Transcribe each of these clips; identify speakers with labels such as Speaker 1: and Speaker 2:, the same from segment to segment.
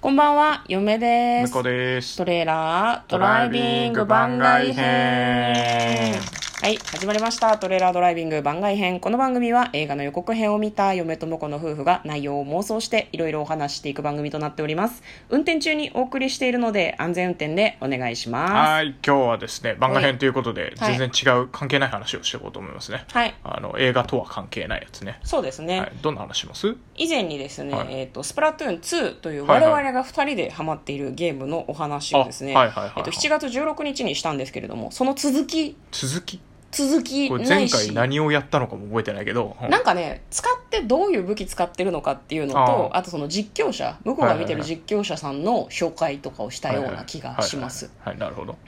Speaker 1: こんばんは、嫁で
Speaker 2: 向
Speaker 1: す
Speaker 2: こ。うです
Speaker 1: トレーラードライビング番外編。はい、始まりました。トレーラードライビング番外編。この番組は映画の予告編を見た嫁と婿の夫婦が内容を妄想していろいろお話ししていく番組となっております。運転中にお送りしているので安全運転でお願いしま
Speaker 2: はい今日はですね番外編ということで
Speaker 1: はい
Speaker 2: 全然違う関係ない話をしていこうと思いますね
Speaker 1: す。はい。
Speaker 2: あの映画とは関係ないやつね
Speaker 1: そうですね。
Speaker 2: はいどんな話します
Speaker 1: 以前にですね、
Speaker 2: はい
Speaker 1: えっ、と、スプラトゥーン2という
Speaker 2: は
Speaker 1: 我
Speaker 2: いはい
Speaker 1: 々が2人でハマっているゲームのお話をですね、
Speaker 2: あはいはいはいはい
Speaker 1: えっと、7月16日にしたんですけれども、その続き、
Speaker 2: 続き
Speaker 1: 続き
Speaker 2: これ
Speaker 1: な
Speaker 2: 前
Speaker 1: い
Speaker 2: 回
Speaker 1: し、
Speaker 2: 何をやったのかも覚えてないけどうん
Speaker 1: なんかね、使ってどういう武器使ってるのかっていうのと、あとその実況者、向こうが見てる実況者さんの紹介とかをしたような気がします。
Speaker 2: はいはいはいはいなるほど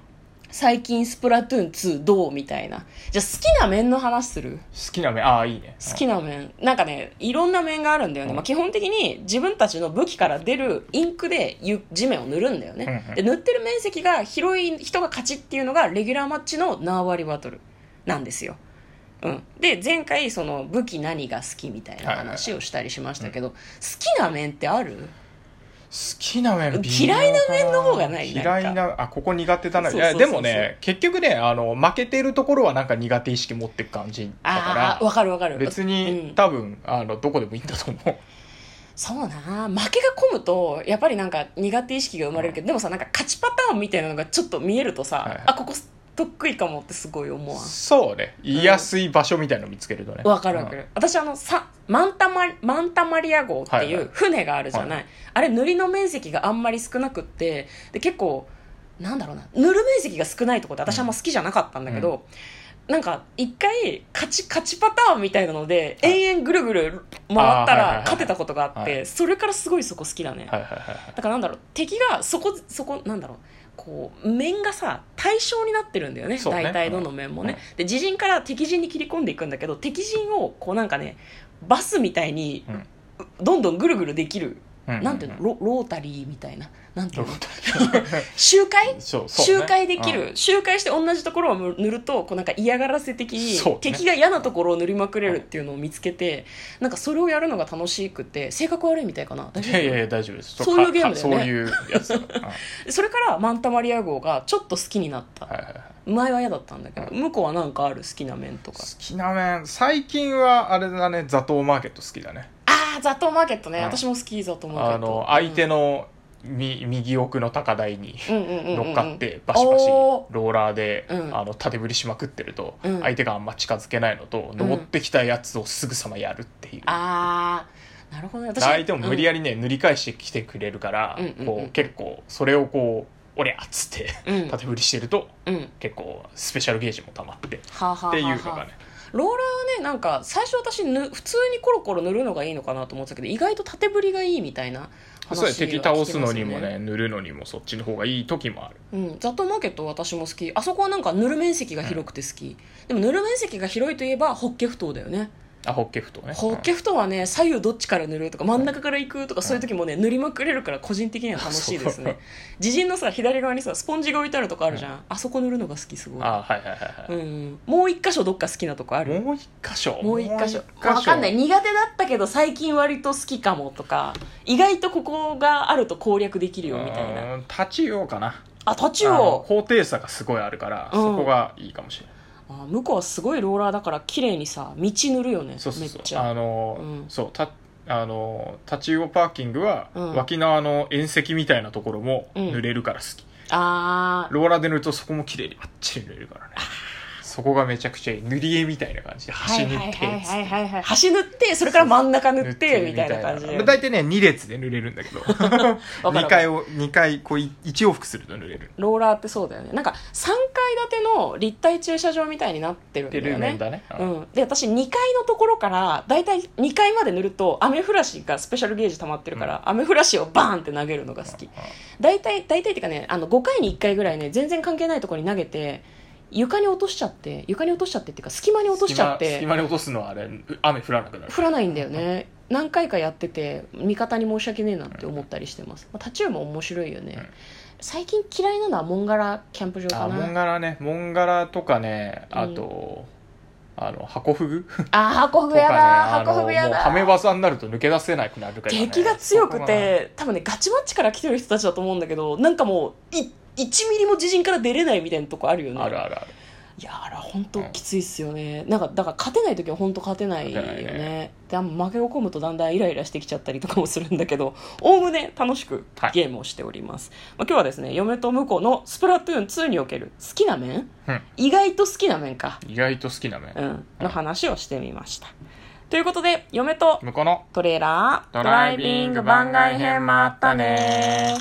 Speaker 1: 最近スプラトゥーン2どうみたいな。じゃあ好きな面の話する
Speaker 2: 好きな面ああいいね
Speaker 1: 好きな面なんかねいろんな面があるんだよね、まあ、基本的に自分たちの武器から出るインクでゆ地面を塗るんだよね
Speaker 2: うんうん
Speaker 1: で塗ってる面積が広い人が勝ちっていうのがレギュラーマッチの縄張りバトルなんですよ、うん、で前回その武器何が好きみたいな話をしたりしましたけど、好きな面ってある
Speaker 2: 好きな面微妙
Speaker 1: 嫌いな面の方がない
Speaker 2: 嫌いなあここ苦手だな
Speaker 1: そう
Speaker 2: い
Speaker 1: そうそう
Speaker 2: やでもね結局ねあの負けてるところはなんか苦手意識持ってく感じだ
Speaker 1: あ
Speaker 2: か
Speaker 1: あわ
Speaker 2: ら
Speaker 1: かるわかる
Speaker 2: 別
Speaker 1: う
Speaker 2: に
Speaker 1: ん
Speaker 2: 多分あのどこでもいいんだと思う
Speaker 1: そうなあ負けが込むとやっぱりなんか苦手意識が生まれるけど、でもさなんか勝ちパターンみたいなのがちょっと見えるとさ、
Speaker 2: はいはい
Speaker 1: あここ得意かもってすごい思わん
Speaker 2: そうね言いやすい場所みたいなの見つけるとね
Speaker 1: わかるわかる、私あのさマンタママンタマリア号って
Speaker 2: はい
Speaker 1: い
Speaker 2: は
Speaker 1: う
Speaker 2: い
Speaker 1: 船があるじゃない、
Speaker 2: はい
Speaker 1: あれ塗りの面積があんまり少なくってで結構なんだろうな塗る面積が少ないとこって私あんま好きじゃなかったんだけど、なんか一回勝ち勝ちパターンみたいなので
Speaker 2: はい
Speaker 1: 延々ぐるぐる回った
Speaker 2: あーはいはいはい
Speaker 1: ら
Speaker 2: はい
Speaker 1: 勝てたことがあって、
Speaker 2: はい
Speaker 1: それからすごいそこ好きだね、
Speaker 2: はいはいはいはい
Speaker 1: だからなんだろう敵がそこそこなんだろうこう面がさ対象になってるんだよね
Speaker 2: そうね
Speaker 1: 大体どの面もね、
Speaker 2: うん
Speaker 1: で自陣から敵陣に切り込んでいくんだけど敵陣をこうなんかねバスみたいに
Speaker 2: うん
Speaker 1: どんどんぐるぐるできる、
Speaker 2: うんうん
Speaker 1: なんていうのロロータリーみたいななんていうの
Speaker 2: ロ
Speaker 1: 周回
Speaker 2: そうそうね
Speaker 1: 周回でき
Speaker 2: うん
Speaker 1: る周回して同じところを塗るとこうなんか嫌がらせ的に
Speaker 2: そうね
Speaker 1: 敵が嫌なところを塗りまくれるっていうのを見つけてなんかそれをやるのが楽しくて性格悪いみたいかな大丈
Speaker 2: い
Speaker 1: 夫
Speaker 2: やいやいや大丈夫です
Speaker 1: そういうゲームだよね
Speaker 2: かそういうやつだからうんはい
Speaker 1: それからマンタマリア号がちょっと好きになった、
Speaker 2: はいはい
Speaker 1: 前は嫌だったんだけど向こうはなんかある好きな面とか
Speaker 2: 好きな面最近はあれだねザトウマーケット好きだね
Speaker 1: ああザトウマーケットね、
Speaker 2: うん
Speaker 1: 私も好きザトウマーケ
Speaker 2: あ
Speaker 1: ット
Speaker 2: の相手のみ右奥の高台に
Speaker 1: うんうんうんうんうん
Speaker 2: 乗っかってバシバシ
Speaker 1: お
Speaker 2: ロ
Speaker 1: ー
Speaker 2: ーラーで
Speaker 1: うん
Speaker 2: あの縦振りしまくってると
Speaker 1: うん
Speaker 2: 相手があんま近づけないのと登ってきたやつをすぐさまやるっていう
Speaker 1: ああなるほどね私
Speaker 2: 相手も無理や
Speaker 1: り、
Speaker 2: りね塗り返してきてくれるから
Speaker 1: うんうんうん
Speaker 2: こう結構それをこう「おりゃ!」っつって
Speaker 1: うんうん
Speaker 2: 縦振りしてると
Speaker 1: うんは
Speaker 2: 結構スペシャルゲージも溜まってっ
Speaker 1: あ、はあはあはあ、
Speaker 2: ていうのがね
Speaker 1: ローラーはねなんか最初私ぬ普通にコロコロ塗るのがいいのかなと思ってたけど意外と縦振りがいいみたいな話
Speaker 2: そうや
Speaker 1: は
Speaker 2: 敵
Speaker 1: 聞き
Speaker 2: 倒
Speaker 1: ます
Speaker 2: すのにもね塗るのにもそっちの方がいい時もある
Speaker 1: うん、ザットマーケット私も好きあそこはなんか塗る面積が広くて好き、でも塗る面積が広いといえばホッケ不頭だよね
Speaker 2: あホッケフトね
Speaker 1: ホッケ布団はね左右どっちから塗るとか真ん中から行くとかそういう時もね塗りまくれるから個人的には楽しいです
Speaker 2: そう
Speaker 1: ね自陣のさ左側にさスポンジが置いてあるとこあるじゃんあそこ塗るのが好きすごい、
Speaker 2: あはいはいはいはい
Speaker 1: うん、もう一箇所どっか好きなとこある
Speaker 2: もう一箇所
Speaker 1: もう一箇所
Speaker 2: もう一
Speaker 1: わかんない苦手だったけど最近割と好きかもとか意外とここがあると攻略できるよみたいな
Speaker 2: うーん立ちようかな
Speaker 1: あ途中
Speaker 2: あの
Speaker 1: を
Speaker 2: 高低差がすごいあるから、
Speaker 1: うん
Speaker 2: そこがいいかもしれない
Speaker 1: あ向こうはすごいローラーだから綺麗にさ道塗るよね
Speaker 2: そうそうそ
Speaker 1: め
Speaker 2: う
Speaker 1: っちゃ
Speaker 2: あの、
Speaker 1: うん
Speaker 2: そうたあの立ち魚パーキングは、
Speaker 1: うん
Speaker 2: 脇のあの縁石みたいなところも
Speaker 1: うん
Speaker 2: 塗れるから好き、
Speaker 1: あー
Speaker 2: ローラーで塗るとそこも綺麗にバッチリ塗れるからねそこがめちゃくちゃいい塗り絵みたいな感じで
Speaker 1: は
Speaker 2: 端
Speaker 1: い
Speaker 2: 塗
Speaker 1: は
Speaker 2: って
Speaker 1: いはいは
Speaker 2: つ
Speaker 1: いはいはい端塗ってそれから真ん中塗ってみたいな感じ
Speaker 2: 塗ってみたい
Speaker 1: で
Speaker 2: な大体ね2列で塗れるんだけ ど2回を二回こう1往復すると塗れる
Speaker 1: ローラーってそうだよねなんか3階建ての立体駐車場みたいになってるんだ
Speaker 2: 塗
Speaker 1: よ
Speaker 2: る
Speaker 1: ね
Speaker 2: 面だね、
Speaker 1: う
Speaker 2: うん
Speaker 1: ん、で私2階のところから大体2階まで塗ると雨降らしがスペシャルゲージ溜まってるから、雨降らしをバーンって投げるのが好き大体大体っていうかねあの5回に1回ぐらいね全然関係ないところに投げて床に落としちゃって床に落としちゃってっていうか隙間に落としちゃって
Speaker 2: 隙間隙間に落とすのはあれ雨降らなくなる
Speaker 1: 降らないんだよね何回かやってて味方に申し訳ねえなって思ったりしてます、まあ、タチウオも面白いよね、
Speaker 2: うん
Speaker 1: 最近嫌いなのはモンガラキャンプ場か
Speaker 2: あモ
Speaker 1: な
Speaker 2: ンガラねモンガラとかねあと、あのハコフグ
Speaker 1: あーハコフグやだハコフグや
Speaker 2: もう
Speaker 1: だ
Speaker 2: はめ技になると抜け出せなくなるから、ね、
Speaker 1: 敵が強く
Speaker 2: そこ
Speaker 1: て多分ねガチマッチから来てる人たちだと思うんだけどなんかもうい1ミリも自陣から出れないみたいなとこあるよね
Speaker 2: があるあるある
Speaker 1: いやあら本当きついっすよね、なんかだから勝てない時は本当勝てないよ
Speaker 2: 勝
Speaker 1: ね
Speaker 2: てないね
Speaker 1: であんま負けを込むとだんだんイライラしてきちゃったりとかもするんだけどおおむね楽しく
Speaker 2: はい
Speaker 1: ゲームをしております、まあ、今日はですね嫁と婿のスプラトゥーン2における好きな面、
Speaker 2: うん
Speaker 1: 意外と好きな面か、
Speaker 2: 意外と好きな面、
Speaker 1: うん、の話をしてみましたということで嫁と
Speaker 2: 向こうの
Speaker 1: トレーラード
Speaker 2: ドライビング番外編もあったね